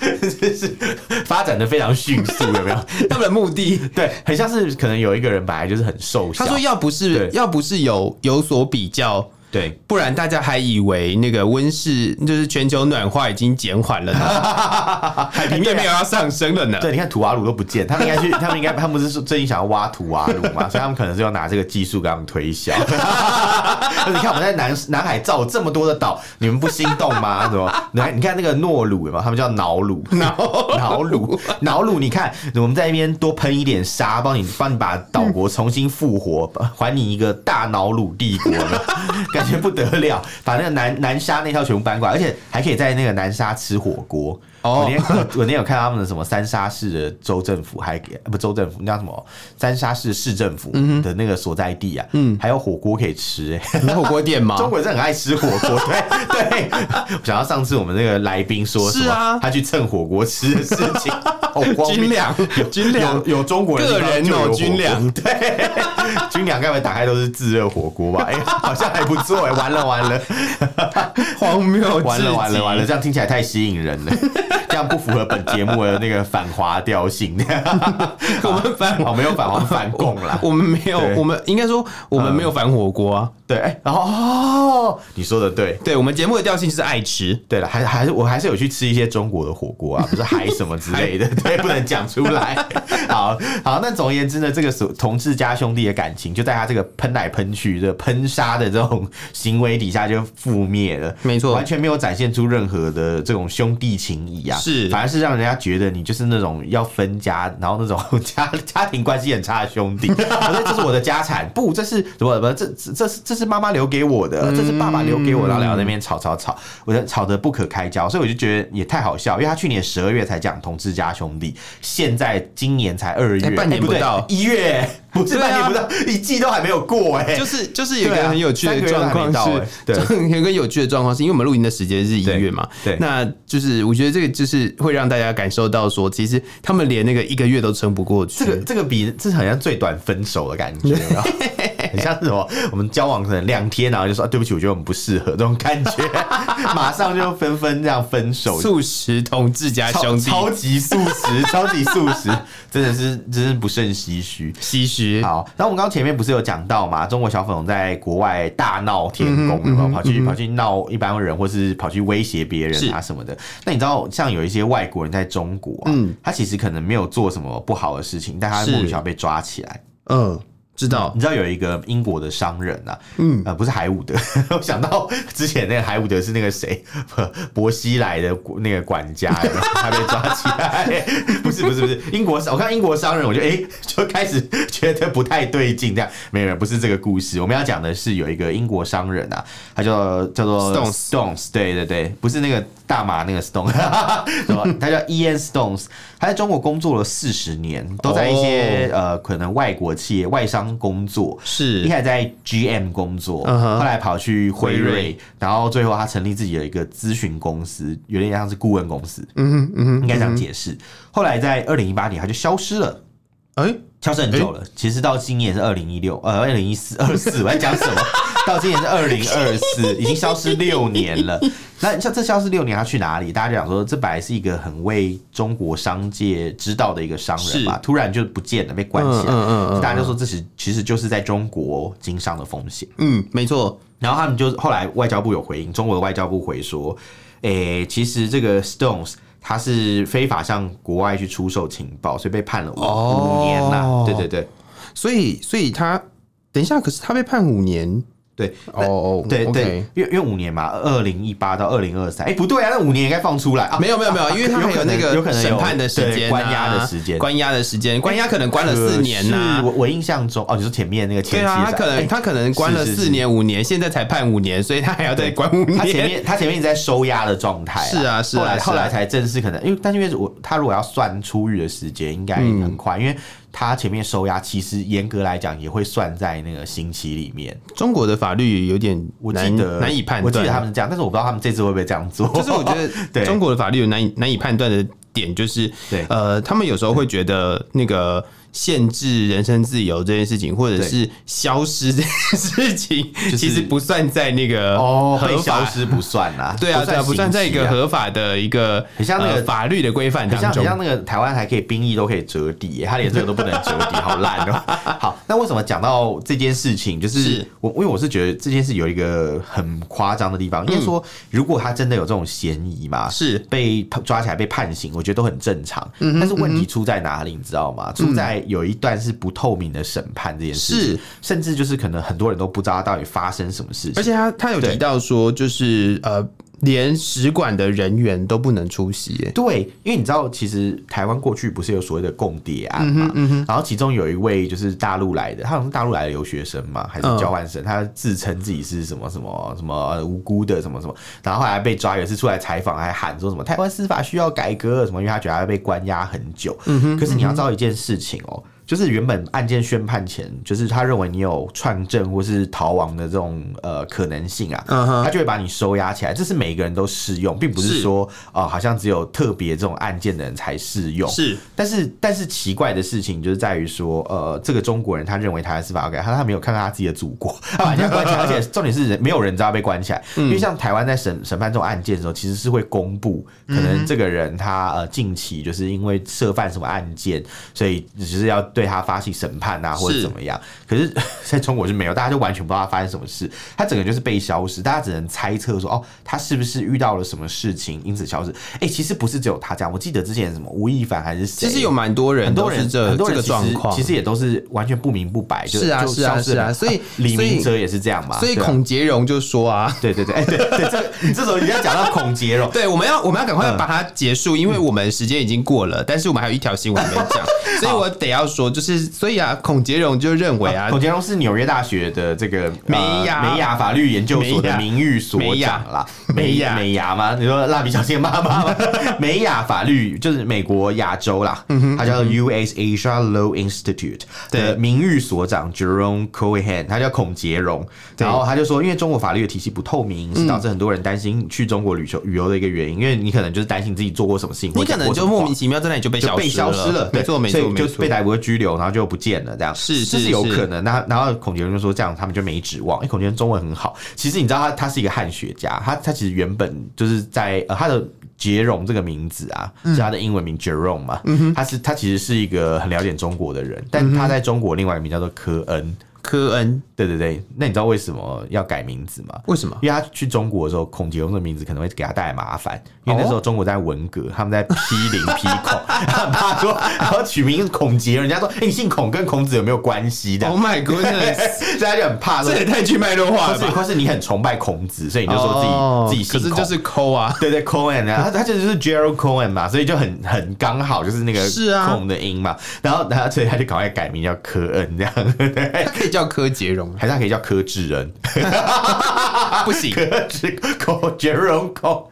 [LAUGHS]
真是发展的非常迅速，有没有？
他们的目的，
对，很像是可能有一个人本来就是很瘦小，
他说要不是
对
要不是有有所比较，
对，
不然大家还以为那个温室就是全球暖化已经减缓了呢，
[LAUGHS]
海平面没有要上升了呢。
对，你看土瓦鲁都不见，他们应该去，他们应该，他们不是说最近想要挖土瓦鲁嘛，所以他们可能是要拿这个技术给他们推销。 [LAUGHS] 你看我们在南南海造这么多的岛，你们不心动吗？ [LAUGHS] 怎么？你看，你看那个诺鲁嘛，他们叫瑙鲁，
然后
瑙鲁，瑙鲁，你看我们在那边多喷一点沙，帮你帮你把岛国重新复活，还你一个大瑙鲁帝国。 [LAUGHS] 感觉不得了，把那个南南沙那套全部搬过来，而且还可以在那个南沙吃火锅。
哦
我那天 [LAUGHS] 我我那天有看到他们的什么三沙市的州政府，还给不州政府那叫什么三沙市市政府的那个所在地啊，嗯，还有火锅可以吃、欸。
你火锅店吗？
中国人是很爱吃火锅， [LAUGHS] 对对。我想到上次我们那个来宾说什
是
么，
啊
他去蹭火锅吃的事
[LAUGHS]
情，好荒
军
谬。
粮，
[LAUGHS]
军粮
有有中国人的地方
个人
就有
哦
火锅
军粮
对， [LAUGHS] 军粮该不会打开都是自热火锅吧？哎、好像还不错哎、完了完
[LAUGHS]
了
荒谬，
完了完了完了，，这样听起来太吸引人了， [LAUGHS] 这样不符合本节目的那个反华调性。 [LAUGHS]
我们反
哦，没有反华反共啦，
我们没有，
对嗯
我们应该说我们没有反火锅啊。
对，哎、然后哦，你说的对。
对我们节目的调性就是爱吃，
对了，还还是我还是有去吃一些中国的火锅啊，不是海什么之类
[LAUGHS]
的，对，不能讲出来。好好，那总而言之呢，这个所同志家兄弟的感情，就在他这个喷来喷去的喷杀的这种行为底下就覆灭了，
没错
完全没有展现出任何的这种兄弟情谊啊，
是
反而是让人家觉得你就是那种要分家，然后那种 [LAUGHS] 家家庭关系很差的兄弟，
[LAUGHS]
可是这是我的家产，不，这是怎么怎么，这这这是这是妈妈留给我
嗯
的，这是爸爸留给我的，然后两个人在那边吵吵吵，我就吵得不可开交，所以我就觉得也太好笑，因为他去年十二月才讲同志家兄弟，现在今年才二月、
哎半年
哎不对
不到
一月不是
对啊
半年不到，一季都还没有过哎、
就是就是有一
对
个
啊
很有趣的
三个月都
状
还没
况
到
是
欸，对
有一个有趣的状况是因为我们录音的时间是一月嘛，
对对
那就是我觉得这个就是会让大家感受到说，其实他们连那个一个月都撑不过去
这。个这个比这好像最短分手的感
[LAUGHS]
觉，有没有 [LAUGHS] 很像是什么？我们交往可能两天，然后就说、啊对不起，我觉得我们不适合这种感觉， [LAUGHS] 马上就纷纷这样分手，
素食同志加
超
兄弟，
超级素食，超级素食，真的是真是不胜唏嘘。
唏嘘。
好，那我们刚刚前面不是有讲到嘛？中国小粉红在国外大闹天宫，有没有跑去跑去闹一般人，或是跑去威胁别人啊什么的？那你知道，像有一些外国人在中国啊，他其实可能没有做什么不好的事情，但他
是
莫名其妙被抓起来。
嗯，知道。
你知道有一个英国的商人啊，嗯，呃，不是海伍德， [LAUGHS] 我想到之前那个海伍德是那个谁， [LAUGHS] 薄熙来的那个管家， [LAUGHS] 有没有他被抓起来， [LAUGHS] 不是不是不是，英国商，我看英国商人，我就哎、诶就开始觉得不太对劲，这样没有没有，不是这个故事，我们要讲的是有一个英国商人啊，他叫叫做
Stones
Stones，对对对，不是那个大麻那个 Stone，什 [LAUGHS] 么他叫 Ian Stones，他在中国工作了四十年，都在一些、
哦
呃可能外国企业外商工作。一
是
开始在 GM 工作
嗯哼
后来跑去辉
辉
瑞
瑞，
然后最后他成立自己的一个咨询公司，有点像是顾问公司，嗯嗯应该这样解释。后来在二零一八年他就消失了。
哎、
消失很久了，其实到今年是二零一六，呃，二零一四 [LAUGHS] 二四，我在讲什
[LAUGHS]
么？到今年是二零二四，已经消失六年了。那像这消失六年，他去哪里？大家就讲说，这本来是一个很为中国商界知道的一个商人嘛，
是
突然就不见了，被关起来。
嗯嗯嗯嗯嗯
大家就说这是其实就是在中国经商的风险。
嗯，没错，
然后他们就后来外交部有回应，中国的外交部回说，诶、其实这个 Stones 他是非法向国外去出售情报，所以被判了五、
哦
五年啦、对对对
所以所以他等一下，可是他被判五年。
对。
哦哦，
对
o
对
k，
因为因为五年嘛，二零一八到二零二三，哎，不对啊，那五年应该放出来啊，
没有没有没有，因为他还
有可能
那
有可
个
能有
审判的时间啊、
对关押的时间哎
关押的时间，关押可能关了四年呐、
可是我我印象中，哦，你说前面那个前
对
期
啊，他
是吧
可能
哎
他可能关了
是是
四年五年，现在才判五年，所以他还要再关五
他前
年。
面他前面一直在收押的状态、
是啊是啊
后来
是啊
后来才正式可能，因为但是因为我他如果要算出狱的时间，应该
嗯
很快，因为他前面收押其实严格来讲也会算在那个刑期里面。
中国的法律有点
我记
难
得
难以判
我记得他
断，
们是这样，但是我不知道他们这次会不会这样做。
就是我觉得
对
中国的法律有难以难以判断的点，就是
[LAUGHS]
[LAUGHS]
对
呃，他们有时候会觉得那个。限制人身自由这件事情，或者
对
是消失这件事情，
是
其实不算在那个
哦， [LAUGHS] 被
合
消
法
失不算啦，
[LAUGHS] 对啊，对啊，不算
刑
在一
期
个
啊
合法的一个
很像那个
呃法律的规范
很像
当
很
中。
像那个台湾还可以兵役都可以折抵耶，他连这个都不能折抵，好烂哦、 [LAUGHS] 好，那为什么讲到这件事情，就是
是
我因为我是觉得这件事有一个很夸张的地方，应该说如果他真的有这种嫌疑嘛，
是
被抓起来被判刑，我觉得都很正常。但是问题出在哪里，你知道吗？出在有一段是不透明的审判这件事情，
是
甚至就是可能很多人都不知道到底发生什么事情
而。且他他有提
对
到说，就是呃，连使馆的人员都不能出席欸耶。
对，因为你知道，其实台湾过去不是有所谓的共谍案
嗯
嘛，然后其中有一位就是大陆来的，他好像是大陆来的留学生嘛，
嗯
还是交换生，他自称自己是什么什么什么呃无辜的什么什么，然后后来被抓，有一次出来采访还喊说什么台湾司法需要改革什么，因为他觉得他被关押很久。
嗯
可是你要知道一件事情哦、就是原本案件宣判前，就是他认为你有串证或是逃亡的这种呃可能性啊
嗯哼
他就会把你收押起来。这是每个人都适用，并不
是
是说啊、呃好像只有特别这种案件的人才适用。
是，
但是但是奇怪的事情就是在于说，呃，这个中国人他认为台湾司法要改，他他没有看到他自己的祖国， [LAUGHS] 他把人家关起来，而且重点是人没有人知道他被关起来，
嗯
因为像台湾在审审判这种案件的时候，其实是会公布，可能这个人他呃近期就是因为涉犯什么案件，所以只是要对他发起审判啊或者
是
怎么样，可是 [LAUGHS] 在中国是没有，大家就完全不知道他发生什么事，他整个就是被消失，大家只能猜测说哦，他是不是遇到了什么事情因此消失？哎、其实不是只有他这样，我记得之前什么吴亦凡还是谁
其实有蛮多人
很
都
多
是
人，
这
很多
这
人
个
其实
状况，
其实也都是完全不明不白，就是
啊
就是
啊
消失了
是啊所以 [LAUGHS]
啊李
所以
明哲也是这样嘛，
所以
对啊
孔杰荣就说啊。，
对对对，哎、对对，这个 [LAUGHS] 你这时候你要讲到孔杰荣
[LAUGHS] 对，我们要我们要赶快把它结束，因为我们时间已经过了，但是我们还有一条新闻没 [LAUGHS] 讲，所以我得要说，就是所以啊，孔杰荣就认为啊，
孔杰荣是纽约大学的这个
美
呃
亚
美亚法律研究所
美亚
的名誉所
美亚
长啦，
美亚
美亚吗？你说蜡笔小新的妈
[LAUGHS]
妈吗？美亚法律就是美国亚洲啦，
嗯
它叫 U.S. Asia Law Institute
对
的名誉所长 Jerome Cohen，他叫孔杰荣，
对嗯
然后他就说，因为中国法律的体系不透明，是导致很多人担心去中国旅游旅游的一个原因，因为你可能就是担心自己做过什么事情，
你
或者
可能
讲过
就
什么
莫
话
名其妙在那里就被
就被消
消
失了，
没
对
错没
所
错
以
没
就
错
被，逮捕、拘留，然后就不见了，这样
是
这
是
是有
是
可能。那然后孔杰伦就说这样他们就没指望，因为孔杰伦中文很好。其实你知道他他是一个汉学家，他他其实原本就是在呃他的。杰荣这个名字啊，
嗯
是他的英文名 Jerome 嘛？他是他其实是一个很了解中国的人，
嗯
但他在中国另外一个名叫做科恩。
科恩
对对对，那你知道为什么要改名字吗？
为什么？
因为他去中国的时候，孔杰荣的名字可能会给他带来麻烦，因为那时候中国在文革，他们在批林批孔，他说然后取名孔杰荣，人家说哎、你姓孔跟孔子有没有关系的？
Oh my [LAUGHS] goodness，
所以大家就很怕说
这，也太去脉络化
或
了
是
吧？
或是你很崇拜孔子，所以你就说自己、
哦
自己
可
姓
是
孔，
就是抠啊，
对对，Cohen 啊，他他就是 Gerald Cohen 嘛，所以就很很刚好就是那个
是啊
孔的音嘛，然后他所以他就赶快改名叫科恩这样， [LAUGHS] 对
他可以叫柯杰 [LAUGHS] 荣啊，
还是他可以叫柯智恩。
不
[LAUGHS]
行，
柯志口绝荣 [LAUGHS] 口。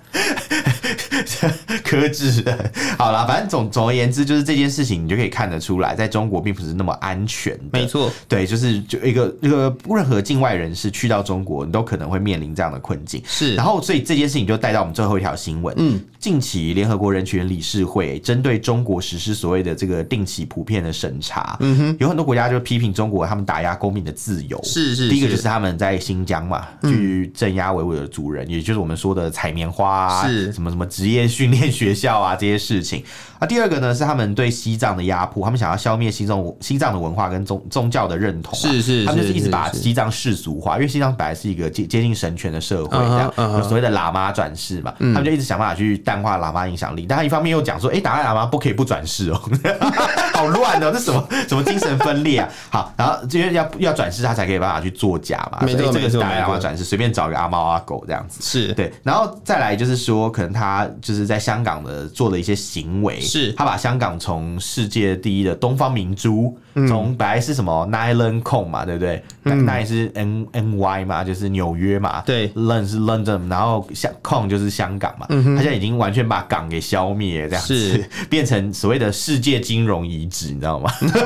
柯志恩，好啦，反正总总而言之，就是这件事情，你就可以看得出来，在中国并不是那么安全的。
没错，
对，就是就一个一个任何境外人士去到中国，你都可能会面临这样的困境。
是
然后所以这件事情就带到我们最后一条新闻。嗯，近期联合国人权理事会针对中国实施所谓的这个定期普遍的审查，嗯哼，有很多国家就批评中国他们打压公民的自由。
是是嗯
第一个就是他们在新疆嘛，去镇压维吾尔族人，也就是我们说的采棉花啊，
是
什么什么职业训练学校啊这些事情。啊，第二个呢是他们对西藏的压迫，他们想要消灭西藏西藏的文化跟宗宗教的认同、啊，
是是
他们就是是一直
是
把
是
西藏世俗化，因为西藏本来是一个接接近神权的社会，
嗯哼
这样、
嗯哼嗯
有所谓的喇嘛转世嘛，他们就一直想办法去淡化喇嘛影响力，但他一方面又讲说，哎、达赖喇嘛不可以不转世哦， [LAUGHS] 好乱哦，这什么什么精神分裂啊？好，然后因为要要转世，他才可以办法去作假嘛，
没错
所以这
没
个是
错
达赖
没
喇
错
嘛转世，随便找一个阿猫阿狗这样子。
是
对，然后再来就是说，可能他就是在香港的做的一些行为，
是
他把香港从世界第一的东方明珠，从、本来是什么 Nylon c o n 嘛，对不对？那、那也是 N N Y 嘛，就是纽约嘛，
对
，Lon 是 London，然后香 c o n 就是香港嘛，他现在已经完全把港给消灭了，这样子
是
[LAUGHS] 变成所谓的世界金融遗址，你知道吗？ [LAUGHS]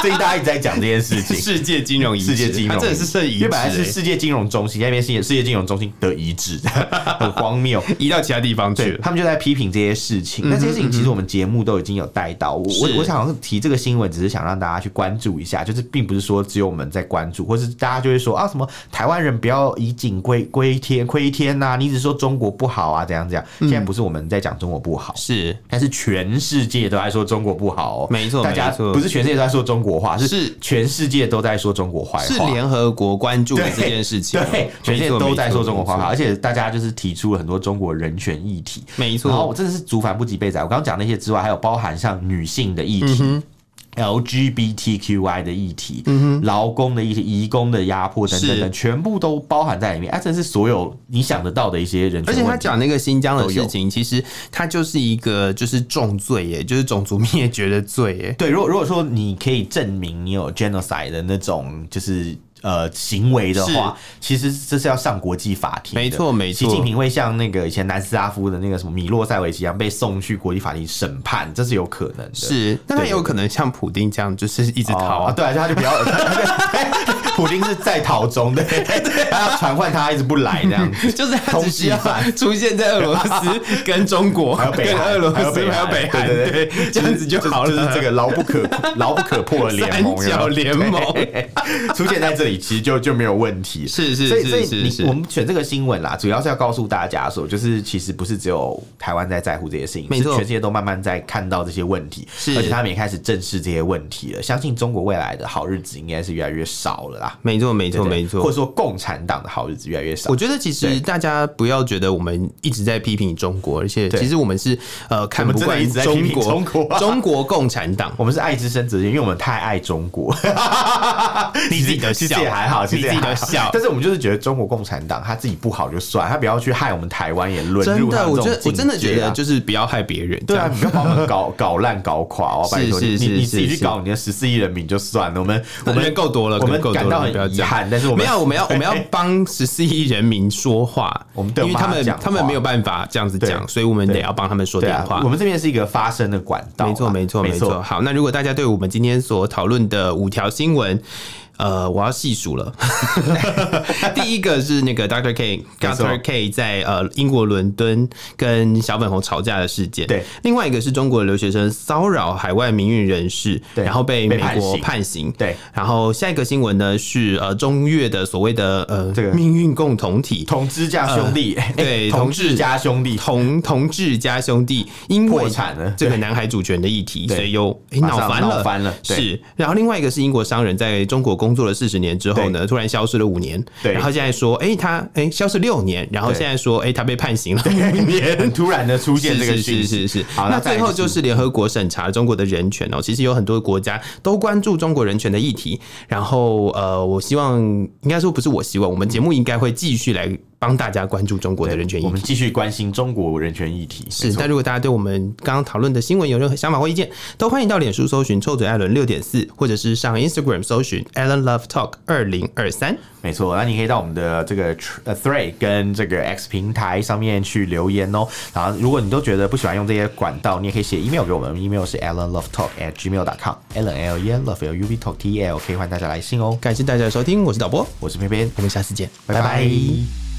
最近大家一直在讲这件事情，
世界金融遗址，
世界金融遗
他
址，
真的是剩遗
因
址
为本来是
欸，
世界金融中心，现在变世界世界金融中心的遗址， [LAUGHS] 很荒谬。
哎移到其他地方去嗯
对
了，
他们就在批评这些事情，那这些事情其实我们节目都已经有带到。我
是
我我想提这个新闻，只是想让大家去关注一下，就是并不是说只有我们在关注，或是大家就会说啊什么台湾人不要以景归归天窥天呐、你只说中国不好啊，怎样怎样。
嗯
现在不是我们在讲中国不好，
是
但是全世界都在说中国不好、哦，
没错
大家
没错
不是全世界都在说中国话，
是
是全世界都在说中国坏话，
是联合国关注的这件事情哦，
对，全世界
没错
都在说中国坏，
没
话，
错
而且大家就是提出了很多中国人权议题，
没
然后
错，嗯
我真的是竹反不及被宰。我刚刚讲那些之外，还有包含像女性的议题。 LGBTQI 的议题、劳、工的议题、移工的压迫等等
是
等，全部都包含在里面。啊，真是所有你想得到的一些人
而且
权
他
问题。
讲那个新疆的
都有
事情，其实他就是一个就是重罪耶，就是种族灭绝的罪耶。
对，如果如果说你可以证明你有 genocide 的那种，就是。呃，行为的话，其实这是要上国际法庭的。
没错没错
习近平会像那个以前南斯拉夫的那个什么米洛塞维奇一样，被送去国际法庭审判，这是有可能的。
是，但他也有可能像普丁这样，就是一直逃
哦啊，
啊。
对啊，就他就不要， [LAUGHS] 普丁是在逃中的，他要传唤他一直不来这样子，
[LAUGHS] 就是他
通
只
缉
需要
犯
出现在俄罗斯、 [LAUGHS] 跟中国、
还有北
跟
韩，
俄罗斯、
还有北
还有北韩，
对对
对，这样子就好
就是
了。
这个牢不可牢不可破的联盟，
三角联盟
有没有对出现在这里，其实就就没有问题。
是是
所以，所
是
以
是
你我
是，
们选这个新闻啦，主要是要告诉大家说，就是其实不是只有台湾在在乎这些事情，
没
是
错
全世界都慢慢在看到这些问题，
是
而且他们也开始正视这些问题了。相信中国未来的好日子应该是越来越少了啦。
没错没
对
错
不对
没错
或。者说共产党的好日子越来越少
我。觉得其实
对
大家不要觉得我们一直在批评中国，而且
对
其实我们是呃看
我
不
们真的
惯
一直在批
中
评
国
中国啊
中国共
[LAUGHS]
产党。
我们是爱之深责之切，因为我们太爱中 [LAUGHS] 国。
你自己的
其实
笑啊
也还好，其实也
你自己的
还好 [LAUGHS]
笑
但是我们就是觉得中国共产党他自己不好就算，他不要去害我们台湾也沦
真
入他
的，
们
我
这
觉
种
得我真的觉
境界
得
啊
就是不要害别人。
对啊，
这样
你不要把我们搞搞烂搞 [LAUGHS] 垮哦，拜托
是
你，
是
你你自己
是
去
是
搞你的十四亿人民就算了，我们我
我
们
们够多了，
我们
够多
感到
了，不要
很遗
这样。
憾，但是我
没
们
有，我
[LAUGHS]
们要我们要帮十四亿人民说话，
我们得
因为他
帮他
们
讲话
他们没有办法这样子讲，
对
所以我们得
对
要帮他们说
对
点
啊，
话
我。们这边是一个发声的管道啊，
没错，没错，没错。。好，那如果大家对我们今天所讨论的五条新闻，呃，我要细数
[LAUGHS]
了。第一个是那个 Doctor K
没错
Doctor K 在呃英国伦敦跟小粉红吵架的事件，
对。
另外一个是中国留学生骚扰海外民运人士，
对
然后被美
被判
国
刑
判刑，
对。
然后下一个新闻呢是呃中越的所谓的呃
这个
命运共同体。
同志加兄弟，哎
对
同
同志
志加兄弟，
同同志加兄弟，因为
破产了
这个南海主权的议题，
对
所以又哎
马
闹
上
翻
闹
了，
翻了对
是，然后另外一个是英国商人在中国工作了四十年之后呢，突然消失了五年，
对
然后现在说，哎，他哎消失六年，然后
对
现在说，哎，他被判刑了五年。
很突然的出现
是
这个
是
讯
是
息。
是是，
好
那
那再
最
来就
后就是联合国审查中国的人权哦。其实有很多国家都关注中国人权的议题，然后呃，我希望应该说不是我希望，我们节目应该会继续来帮大家关注中国的人权议
我
题
们。继续关心中国人权议题。没
是，
错
但如果大家对我们刚刚讨论的新闻有任何想法或意见，都欢迎到脸书搜寻“臭嘴艾伦六点四”，或者是上 Instagram 搜寻 “Alan Love Talk 二零二三
没错，那你可以到我们的这个 tr- 呃 Thread 跟这个 X 平台上面去留言哦。然后，如果你都觉得不喜欢用这些管道，你也可以写 email 给我们，email 是 allenlovetalk at gmail.com，allen l e n love l u v talk t l，可以欢迎大家来信哦”。。
感谢大家的收听，我是导播，
我是偏偏，
我们下次见，
拜
拜
拜
拜